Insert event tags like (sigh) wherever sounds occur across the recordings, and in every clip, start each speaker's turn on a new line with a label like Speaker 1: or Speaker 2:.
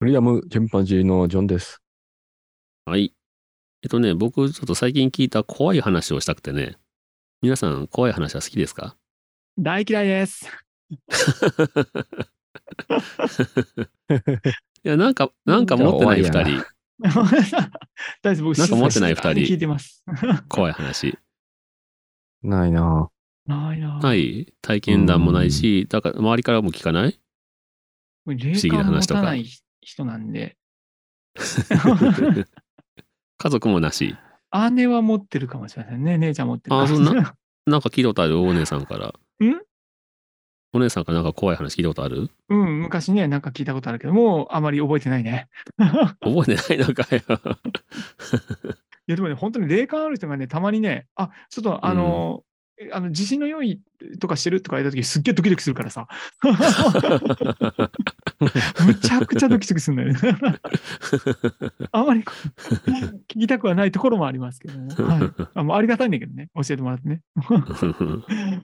Speaker 1: フリーダムチンパンジーのジョンです。
Speaker 2: はい。えっとね、僕ちょっと最近聞いた怖い話をしたくてね。皆さん怖い話は好きですか
Speaker 3: 大嫌いです。 (laughs)
Speaker 2: いや、なんか、なんか持ってない二
Speaker 1: 怖い
Speaker 2: 人、
Speaker 3: 大丈夫、僕、
Speaker 2: なんか持ってない二人
Speaker 3: 静かに聞いてます。
Speaker 2: 怖い話。
Speaker 1: ないな
Speaker 3: ないな。。
Speaker 2: ないい体験談もないし、だから周りからも聞かない (laughs)
Speaker 3: 霊
Speaker 2: 議な
Speaker 3: 感持
Speaker 2: 話とか
Speaker 3: たない人なんで。 (laughs)
Speaker 2: 家族もなし。
Speaker 3: 姉は持ってるかもしれませんね。姉ちゃん持ってるかも
Speaker 2: あ
Speaker 3: し
Speaker 2: そ
Speaker 3: れ
Speaker 2: ん
Speaker 3: ない。
Speaker 2: ななんか聞いたことあるお姉さんから。
Speaker 3: ん
Speaker 2: お姉さんからなんか怖い話聞いたことある
Speaker 3: (laughs) うん、昔ね、なんか聞いたことあるけど、もうあまり覚えてないね。
Speaker 2: 覚えてないのか (laughs) よ。
Speaker 3: いや、でもね、本当に霊感ある人がね、たまにね、あ、ちょっとあの、えあの地震の用意とかしてるとか言った時すっげえドキドキするからさむちゃくちゃドキドキするんだよねあまりこう聞きたくはないところもありますけども、はい、あもうありがたいんだけどね、教えてもらってね。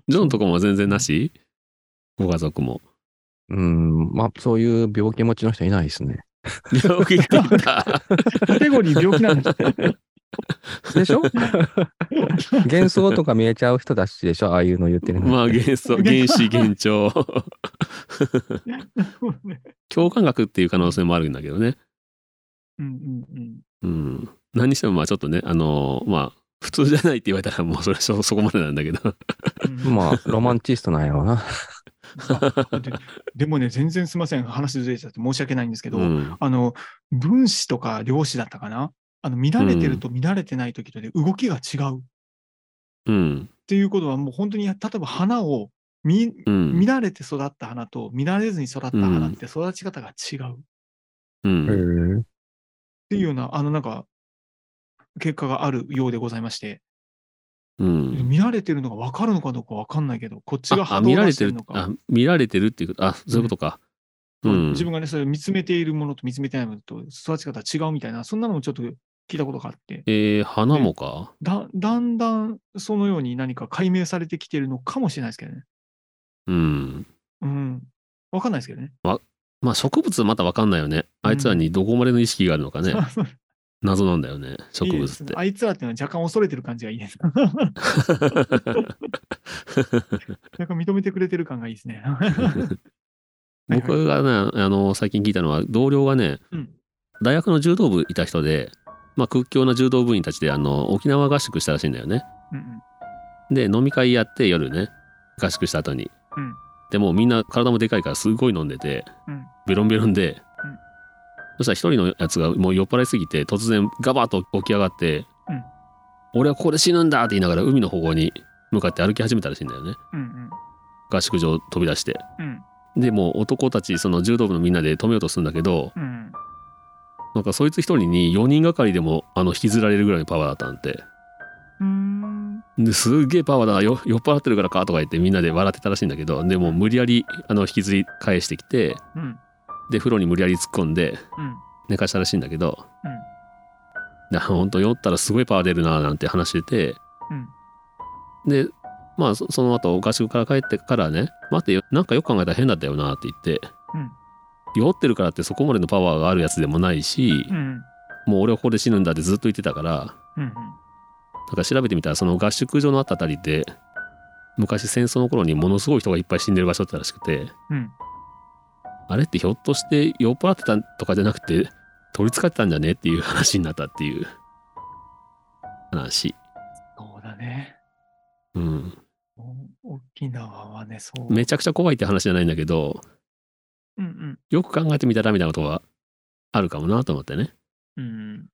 Speaker 2: ジョンとこも全然なしご家族 (laughs) も。
Speaker 1: うん、まあ、そういう病気持ちの人いないですね。
Speaker 2: 病気だった。
Speaker 3: カテゴリー病気なんだ (laughs) けど
Speaker 1: でしょ (laughs) 幻想とか見えちゃう人だしでしょああいうの言ってるの。
Speaker 2: まあ幻想、原始幻聴。
Speaker 3: (laughs) ね。
Speaker 2: 共感覚っていう可能性もあるんだけどね。
Speaker 3: うんうんうん。
Speaker 2: うん。何にしてもまあちょっとね、あのーまあ、普通じゃないって言われたらもうそれはそそこまでなんだけど。
Speaker 3: うん
Speaker 1: まあ、ロマンチストなんやろうな。
Speaker 3: あででもね、全然すみません、話ずれちゃって申し訳ないんですけど、
Speaker 2: うん。
Speaker 3: あの分子とか量子だったかな、あの乱れてると乱れてない時とで動きが違うっ
Speaker 2: うん。
Speaker 3: ていうことは、もう本当に例えば花を見
Speaker 2: うん。
Speaker 3: 乱れて育った花と乱れずに育った花って育ち方が違う。
Speaker 2: うん。
Speaker 3: っていうような、あの、なんか、結果があるようでございまして、
Speaker 2: うん。
Speaker 3: 見られてるのが分かるのかどうか分かんないけど、こっち
Speaker 2: あ、
Speaker 3: が
Speaker 2: あ
Speaker 3: 波動
Speaker 2: 見
Speaker 3: を
Speaker 2: ら
Speaker 3: 出
Speaker 2: れ
Speaker 3: して
Speaker 2: て
Speaker 3: る
Speaker 2: る
Speaker 3: の、か
Speaker 2: あ、、見られてるっていうこと、あ、そういうことか。うん。
Speaker 3: 自分がね、それを見つめているものと見つめてないものと育ち方違うみたいな、そんなのもちょっと聞いたことがあって、
Speaker 2: えー、花もか。
Speaker 3: だだんだんそのように何か解明されてきてるのかもしれないですけどね。
Speaker 2: うん。
Speaker 3: うん。分かんないですけどね。
Speaker 2: まあ植物はまたわかんないよね。あいつらにどこまでの意識があるのかね。
Speaker 3: (laughs)
Speaker 2: 謎なんだよね、植
Speaker 3: いい
Speaker 2: 物
Speaker 3: で
Speaker 2: っ
Speaker 3: す
Speaker 2: て。
Speaker 3: あいつらっていうのは若干恐れてる感じがいいです。なんか認めてくれてる感がいいですね。い
Speaker 2: 僕がね、あの、最近聞いたのは、同僚がね、
Speaker 3: うん
Speaker 2: 大学の柔道部いた人で、まあ、屈強な柔道部員たちで、あの、沖縄合宿したらしいんだよね。
Speaker 3: うん
Speaker 2: で、飲み会やって夜ね、合宿した後に。
Speaker 3: うん
Speaker 2: でもうみんな体もでかいから、すごい飲んでて、
Speaker 3: うん
Speaker 2: ベロンベロンで、
Speaker 3: うん
Speaker 2: そしたら一人のやつがもう酔っ払いすぎて、突然ガバッと起き上がって、
Speaker 3: うん
Speaker 2: 俺はここで死ぬんだって言いながら、海の方向に向かって歩き始めたらしいんだよね。
Speaker 3: うんうん
Speaker 2: 合宿場を飛び出して。
Speaker 3: うん
Speaker 2: でもう男たちその柔道部のみんなで止めようとするんだけど
Speaker 3: うん
Speaker 2: なんかそいつ一人に4人がかりでもあの引きずられるぐらいのパワーだったんて
Speaker 3: うん
Speaker 2: ですっげえパワーだよ酔っ払ってるからかとか言ってみんなで笑ってたらしいんだけどでもう無理やりあの引きずり返してきて
Speaker 3: うん
Speaker 2: で風呂に無理やり突っ込んで
Speaker 3: うん
Speaker 2: 寝かしたらしいんだけど、
Speaker 3: うん
Speaker 2: でほんと酔ったらすごいパワー出るななんて話してて、でまあそその後合宿から帰ってからね待ってよなんかよく考えたら変だったよなって言って、酔ってるからってそこまでのパワーがあるやつでもないし、
Speaker 3: うん
Speaker 2: もう俺はここで死ぬんだってずっと言ってたから
Speaker 3: うん
Speaker 2: なんか調べてみたらその合宿所のあったあたりで昔戦争の頃にものすごい人がいっぱい死んでる場所だったらしくて、
Speaker 3: うん
Speaker 2: あれってひょっとして酔っ払ってたとかじゃなくて取り憑かってたんじゃねっていう話になったっていう話
Speaker 3: そうだね。
Speaker 2: うん
Speaker 3: お沖縄はね、そう。
Speaker 2: めちゃくちゃ怖いって話じゃないんだけど
Speaker 3: うん
Speaker 2: よく考えてみたらみたいなことがあるかもなと思ってね
Speaker 3: うんうん。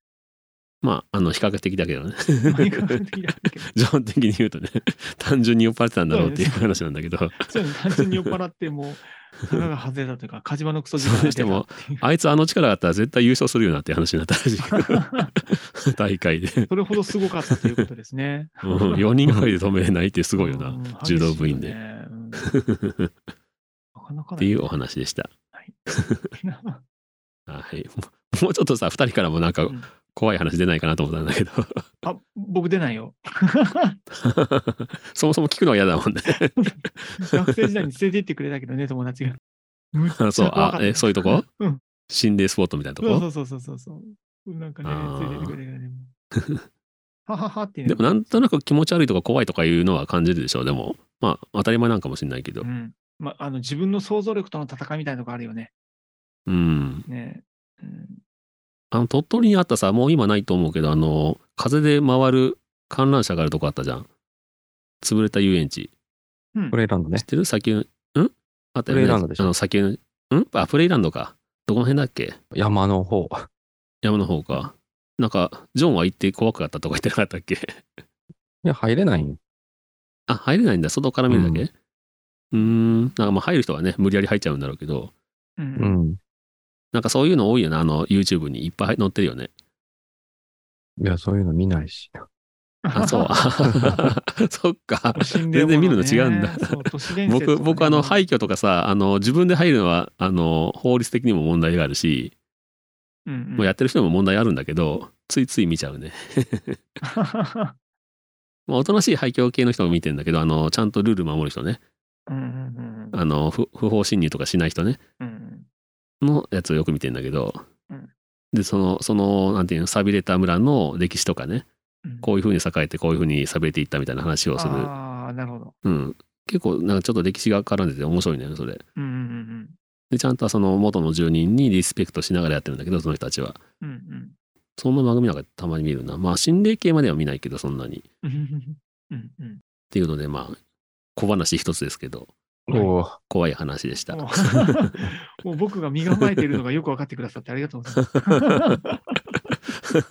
Speaker 2: まあ、あの、比較的だけどね。 (laughs)
Speaker 3: まあ比較的だけど
Speaker 2: 基本的に言うとね、単純に酔っ払ってたんだろうっていう話なんだけど、
Speaker 3: そういうの単純に酔っ払って、もう、たかが外れたというか、火事場のクソ時間
Speaker 2: それにしてもあいつあの力があったら絶対優勝するよなって話になったらしいけど、大会で。
Speaker 3: (laughs) それほどすごかったということですね。
Speaker 2: うん、4人ぐらいで止めれないってすごいよ
Speaker 3: う
Speaker 2: な。
Speaker 3: ん
Speaker 2: 柔道部員で
Speaker 3: 激しいよねうんなかなか
Speaker 2: っ
Speaker 3: だ
Speaker 2: ていうお話でした。
Speaker 3: な
Speaker 2: はい。もうちょっとさ、2人からもなんか
Speaker 3: うん
Speaker 2: 怖い話出ないかなと思ったんだけど、 (laughs)
Speaker 3: あ、僕出ないよ。
Speaker 2: そもそも聞くのは嫌だもんね。 (laughs)
Speaker 3: 学生時代に連れて行ってくれたけどね、友
Speaker 2: (laughs)
Speaker 3: 達が。むっちゃ
Speaker 2: そう、
Speaker 3: 怖か
Speaker 2: あ
Speaker 3: った、
Speaker 2: え、そういうとこ
Speaker 3: うん。
Speaker 2: 心霊スポットみたいなとこ
Speaker 3: そうそうそうそうそう。なんかね
Speaker 2: あー、
Speaker 3: 連れて行ってくれたけどね。はははっていう
Speaker 2: で
Speaker 3: ね
Speaker 2: もなんとなく気持ち悪いとか怖いとかいうのは感じるでしょう。でも、まあ当たり前なんかもしれないけど
Speaker 3: う。ん。ま、あの、自分の想像力との戦いみたいなとこあるよね。
Speaker 2: うん。
Speaker 3: ね。うん
Speaker 2: あの、鳥取にあったさ、もう今ないと思うけど、あの、風で回る観覧車があるとこあったじゃん。潰れた遊園地。
Speaker 3: うん
Speaker 1: プレイランドね
Speaker 2: 知っ。てる砂丘、んあったよね。
Speaker 1: プレイランドでしょ
Speaker 2: あの砂丘、んあ、プレイランドか。どこの辺だっけ
Speaker 1: 山の方。
Speaker 2: 山の方か。なんか、ジョンは行って怖かったとか言ってなかったっけ (laughs)
Speaker 1: いや、入れないん。
Speaker 2: あ、入れないんだ。外から見るだけ、うーん、なんかまあ入る人はね、無理やり入っちゃうんだろうけど、
Speaker 3: う。
Speaker 1: うんん。
Speaker 2: なんかそういうの多いよね。あの、YouTube にいっぱい載ってるよね。
Speaker 1: いや、そういうの見ないし。
Speaker 2: あ、
Speaker 3: (laughs)
Speaker 2: そう。 (laughs) そっか。全然見るの違うんだ。
Speaker 3: そう都市伝説と
Speaker 2: 僕、
Speaker 3: かね
Speaker 2: 僕、あの、廃墟とかさ、あの、自分で入るのは、あの、法律的にも問題があるし、
Speaker 3: うんうん
Speaker 2: もうやってる人にも問題あるんだけど、ついつい見ちゃうね。まあ、おとなしい廃墟系の人も見てんだけど、あの、ちゃんとルール守る人ね、
Speaker 3: (laughs) うんうん
Speaker 2: あの、不不法侵入とかしない人ね、
Speaker 3: うんうん
Speaker 2: のやつをよく見てんだけど
Speaker 3: うん、
Speaker 2: で、その、その、なんていうの、寂れた村の歴史とかね、
Speaker 3: うん
Speaker 2: こういうふうに栄えて、こういうふうに寂れていったみたいな話をする。
Speaker 3: ああ、なるほど。
Speaker 2: うん。結構、なんかちょっと歴史が絡んでて面白いんだよね、それ。
Speaker 3: うんうん
Speaker 2: でちゃんとその元の住人にリスペクトしながらやってるんだけどその人たちは
Speaker 3: うんうん
Speaker 2: そんな番組なんかたまに見るなまあ心霊系までは見ないけどそんなにっ
Speaker 3: うんうんうん
Speaker 2: (laughs)
Speaker 3: うん
Speaker 2: ていうのでまあ小話一つですけど
Speaker 1: おぉ。
Speaker 2: 怖い話でした
Speaker 3: もう (laughs) もう僕が身構えているのがよく分かってくださってありがとうござい
Speaker 2: (laughs)
Speaker 3: ます。 (laughs)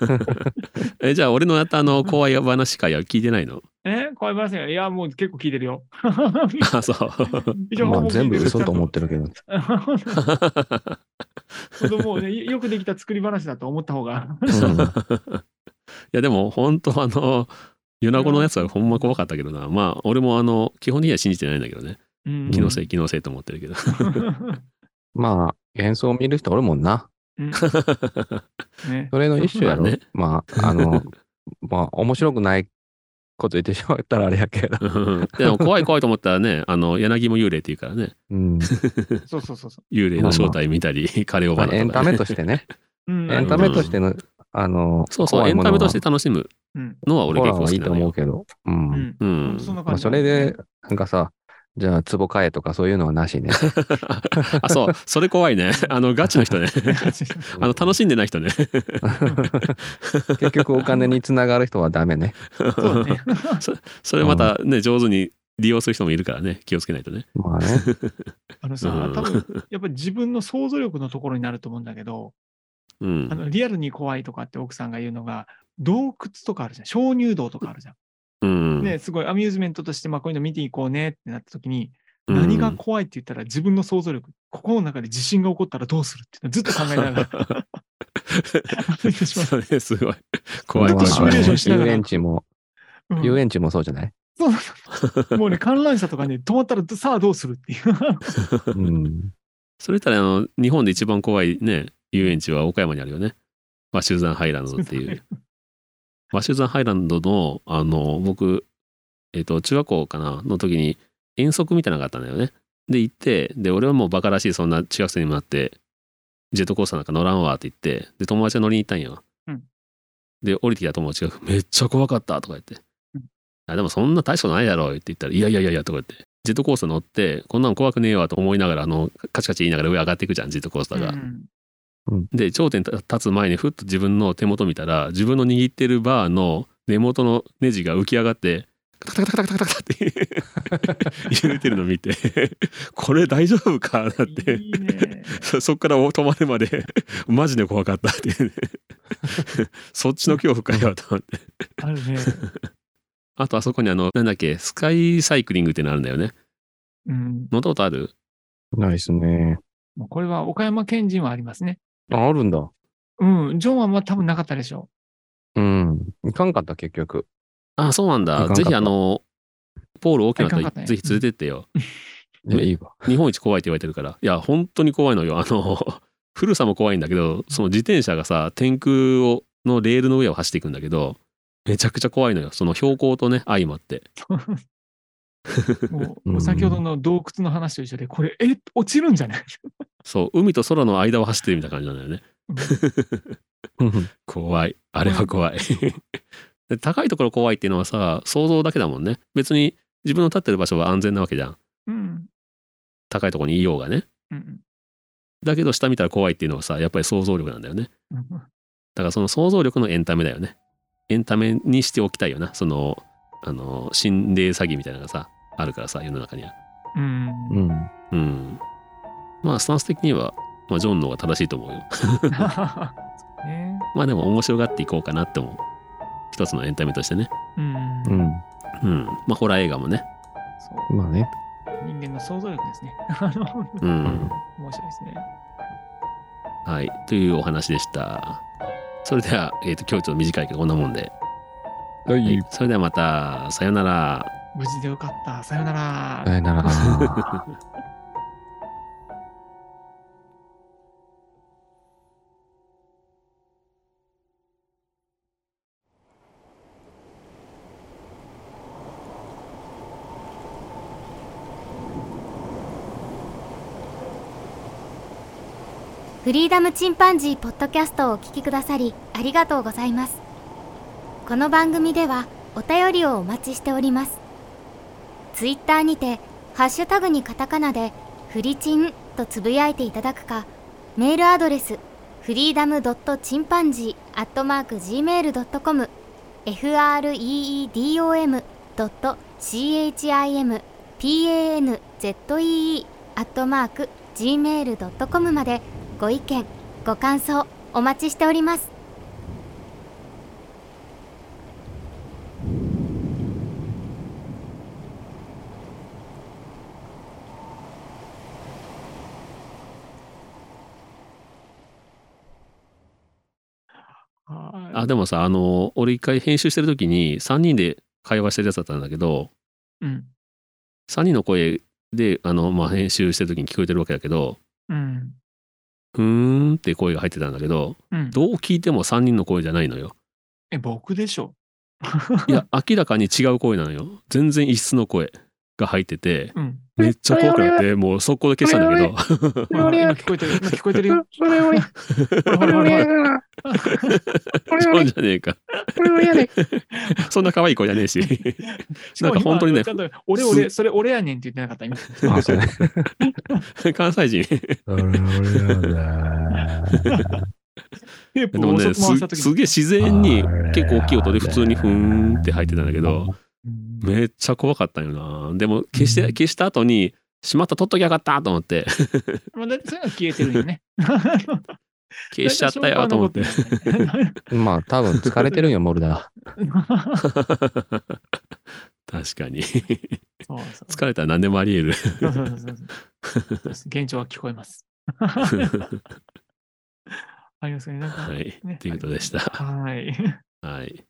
Speaker 2: えじゃあ俺のやったあの怖い話会は聞いてないの
Speaker 3: え怖いませんよ。いや、もう結構聞いてるよ。。
Speaker 2: あそう (laughs)
Speaker 1: まあ、全部嘘と思っててるけど。
Speaker 3: (laughs) 子供をね、よくできた作り話だと思った方が。
Speaker 1: うん
Speaker 2: いやでも本当あの米子のやつはほんま怖かったけどなまあ俺もあの基本的には信じてないんだけどね
Speaker 3: うん
Speaker 2: 気のせい気のせいと思って
Speaker 1: (laughs)
Speaker 2: るけど (laughs)
Speaker 1: まあ、幻想を見る人おるもんな。
Speaker 3: うんね
Speaker 2: (laughs)
Speaker 1: それの一種やろ。
Speaker 2: まあね
Speaker 1: まあ、あの、まあ、面白くないこと言ってしまったらあれやけど。
Speaker 2: うんでも怖い怖いと思ったらねあの柳も幽霊っていうからね
Speaker 1: うん。
Speaker 3: そうそうそうそ
Speaker 2: 幽霊の正体見たりカレオ
Speaker 1: まあ
Speaker 2: バナとか、ね、
Speaker 1: エンタメとして
Speaker 2: (laughs)
Speaker 1: ね。
Speaker 3: う。うん
Speaker 1: エンタメとしての、あの、
Speaker 2: そうそう、
Speaker 1: 怖
Speaker 2: エ
Speaker 1: い
Speaker 2: ン
Speaker 1: も
Speaker 2: タ
Speaker 1: の
Speaker 2: メ
Speaker 1: は
Speaker 2: として楽しむ
Speaker 3: うん
Speaker 2: のは俺
Speaker 1: ホラ
Speaker 2: 結構好
Speaker 1: ーは
Speaker 2: き
Speaker 1: いい
Speaker 2: な
Speaker 1: と
Speaker 2: の
Speaker 1: 思
Speaker 2: よ
Speaker 1: う。けど。う
Speaker 3: うん
Speaker 1: ん。
Speaker 2: う
Speaker 3: ほん
Speaker 2: ん
Speaker 3: と。そんな
Speaker 1: ま
Speaker 3: 感
Speaker 1: あ、
Speaker 3: じ
Speaker 1: それで、なんかさ、じゃあ、壺買えとかそういうのはなしね。
Speaker 2: (laughs) あ、そう、それ怖いね。あの、ガチの
Speaker 1: (laughs)
Speaker 2: 人ね。 (laughs) あの、楽しんでない人ね。
Speaker 1: 結局、お金につながる人はダメね。
Speaker 3: (laughs) そうだ
Speaker 2: (laughs)
Speaker 3: ね
Speaker 2: それまたね、上手に利用する人もいるからね、気をつけないとね。
Speaker 1: まあね。
Speaker 3: あのさ、
Speaker 2: うん
Speaker 3: 多分やっぱり自分の想像力のところになると思うんだけど、
Speaker 2: う
Speaker 3: あ
Speaker 2: ん。
Speaker 3: のリアルに怖いとかって奥さんが言うのが、洞窟とかあるじゃん、鍾乳洞とかあるじゃん。
Speaker 2: うん。
Speaker 3: ね、すごいアミューズメントとして、まあ、こういうの見ていこうねってなった時に、
Speaker 2: うん
Speaker 3: 何が怖いって言ったら自分の想像力、ここの中で地震が起こったらどうするっていうのをずっと考えながら
Speaker 2: (laughs)
Speaker 3: 歩いてしまう。
Speaker 2: それすごい。 (laughs) 怖い怖
Speaker 3: どこ
Speaker 2: い
Speaker 3: シミュ
Speaker 2: 怖
Speaker 3: レー
Speaker 2: い
Speaker 3: ションしなが
Speaker 1: 遊
Speaker 3: ら
Speaker 1: 園地も、
Speaker 3: うん
Speaker 1: 遊園地もそうじゃない
Speaker 3: そうそうそうもうね、観覧車とかね、止まったらさあどうするっていう。
Speaker 1: うん。
Speaker 2: それ言ったら、あの、日本で一番怖いね、遊園地は岡山にあるよね。ワシュザンハイランドっていう。ワシュザンハイランドの、あの、僕、えっ、と、中学校かなの時に遠足みたいなのがあったんだよね。で、行って、で、俺はもうバカらしい、そんな中学生にもなって、ジェットコースターなんか乗らんわって言って、で、友達が乗りに行ったんよ。
Speaker 3: うん
Speaker 2: で、降りてきた友達が、めっちゃ怖かったとか言って
Speaker 3: うん。
Speaker 2: あでもそんな大したことないだろうって言ったら、いやいやいやいやとか言って、ジェットコースター乗って、こんなん怖くねえわと思いながら、あの、カチカチ言いながら上上がっていくじゃん、ジェットコースターが。
Speaker 3: うん
Speaker 2: で頂点に立つ前にふっと自分の手元見たら自分の握ってるバーの根元のネジが浮き上がってカタカタカタカタカタカタって (laughs) 揺れてるの見て (laughs) これ大丈夫かだって
Speaker 3: いいね。
Speaker 2: (laughs) そそっから止まるまでマジで怖かったっていうね (laughs) そっちの恐怖かよと思って。
Speaker 3: あるね。
Speaker 2: あとあそこにあの、なんだっけ、スカイサイクリングってのあるんだよね。
Speaker 3: うん。
Speaker 2: 乗ったことある
Speaker 1: ないですね。
Speaker 3: もうこれは岡山県人はありますね。
Speaker 1: あ、あるんだ。
Speaker 3: うん。ジョンはまあ多分なかったでしょ
Speaker 1: うん。いかんかった、結局。
Speaker 2: あ、そうなん
Speaker 1: 行か
Speaker 2: だ。
Speaker 1: んかっ
Speaker 2: ぜ
Speaker 1: た
Speaker 2: ひあの、ポール大きな
Speaker 3: あ行かんかった
Speaker 2: 人、
Speaker 3: ね
Speaker 2: ぜひ連れてってよ。
Speaker 1: いやいいわ。 (laughs)
Speaker 2: 日本一怖いって言われてるから。いや、本当に怖いのよ。あの、 (laughs) 古さも怖いんだけど、その自転車がさ、天空を、のレールの上を走っていくんだけど、めちゃくちゃ怖いのよ。その標高とね、相まって。
Speaker 3: も
Speaker 1: う
Speaker 3: う、
Speaker 1: ん
Speaker 3: 先ほどの洞窟の話と一緒で、これ、え、落ちるんじゃない (laughs)
Speaker 2: そう、海と空の間を走ってるみたいな感じなんだよね。怖い。あれは怖い。 (laughs) で高いところ怖いっていうのはさ、想像だけだもんね。別に自分の立ってる場所は安全なわけじゃん。
Speaker 3: うん。
Speaker 2: 高いところにいようがね。
Speaker 3: うん。
Speaker 2: だけど下見たら怖いっていうのはさ、やっぱり想像力なんだよね。
Speaker 3: うん
Speaker 2: だからその想像力のエンタメだよね。エンタメにしておきたいよな。その、あの、心霊詐欺みたいなのがさ、あるからさ、世の中には。
Speaker 3: うん。 (laughs)
Speaker 1: うん。
Speaker 2: うん。まあ、スタンス的には、まあ、ジョンの方が正しいと思うよ。 (laughs)
Speaker 3: そうね。
Speaker 2: まあでも面白がっていこうかなって思う。一つのエンタメとしてね。
Speaker 3: うん。
Speaker 1: う
Speaker 3: そ
Speaker 1: ん。
Speaker 2: うん。まあ、ホラー映画もね。
Speaker 3: う。
Speaker 1: まあね。
Speaker 3: 人間の想像力ですね。 (laughs) あの、面
Speaker 2: う。
Speaker 1: うん
Speaker 3: 白いですね。
Speaker 2: はい、というお話でした。それでは、えー、と今日ちょっと短いけどこんなもんで、
Speaker 1: は
Speaker 2: はいい。、それではまたさよなら。
Speaker 3: 無事でよかった。さよなら。
Speaker 1: さよ
Speaker 2: (laughs)
Speaker 1: なら。
Speaker 4: フリーダムチンパンジーポッドキャストをお聞きくださりありがとうございますこの番組ではお便りをお待ちしておりますツイッターにてハッシュタグにカタカナでフリチンとつぶやいていただくかメールアドレスフリーダムドットチンパンジーアットマーク gmail.com freedom ドット chimpanzee アットマーク gmail.com までご意見ご感想お待ちしております
Speaker 3: はい
Speaker 2: あでもさあの俺一回編集してる時に3人で会話してるやつだったんだけど
Speaker 3: うん。
Speaker 2: 3人の声であの、まあ、編集してる時に聞こえてるわけだけど
Speaker 3: うん。
Speaker 2: 「ふーん」って声が入ってたんだけど
Speaker 3: うん。
Speaker 2: どう聞いても3人の声じゃないのよ。
Speaker 3: え、僕でしょ。
Speaker 2: い (laughs) や明らかに違う声なのよ。全然異質の声が入ってて
Speaker 3: うん。
Speaker 2: めっちゃ怖くなってもう速攻で消したんだけど。
Speaker 3: 今聞こえてる。今聞こえてるよ。ほらほらほら
Speaker 2: (laughs) そうじゃねえか。 (laughs) そんな可愛い子じゃねえ
Speaker 3: (laughs)
Speaker 2: し。なんか本当にね
Speaker 3: しかも今ちゃんと俺俺、それ俺やねんって言ってな
Speaker 2: (laughs)
Speaker 3: かった、今。
Speaker 1: あ、そうね。
Speaker 2: 関西人。
Speaker 1: 俺俺
Speaker 3: テー
Speaker 2: で
Speaker 3: プを
Speaker 2: も
Speaker 3: 遅
Speaker 2: ね、
Speaker 3: く回した
Speaker 2: す
Speaker 3: 時
Speaker 2: すげえ自然に結構大きい音で普通にふーんって入ってたんだけど、
Speaker 3: うん
Speaker 2: めっちゃ怖かったよな。でも消して、消した後に、しまった、取っときゃよかったと思
Speaker 3: (laughs)
Speaker 2: って、
Speaker 3: まあ、だってそういうの消えてるよね。
Speaker 2: (laughs) 消しちゃったよと思って。
Speaker 1: まあ、多分疲れてるんよ、モルダ
Speaker 2: (laughs) 確かに。 (laughs)
Speaker 3: そうそう
Speaker 2: 疲れたら何でもあり得
Speaker 3: そうそうそうそう。現状は聞こえます。
Speaker 2: る。 (laughs)
Speaker 3: ありますよね。なんか
Speaker 2: はい
Speaker 3: ね。
Speaker 2: ということでした。
Speaker 3: はい。
Speaker 2: はい。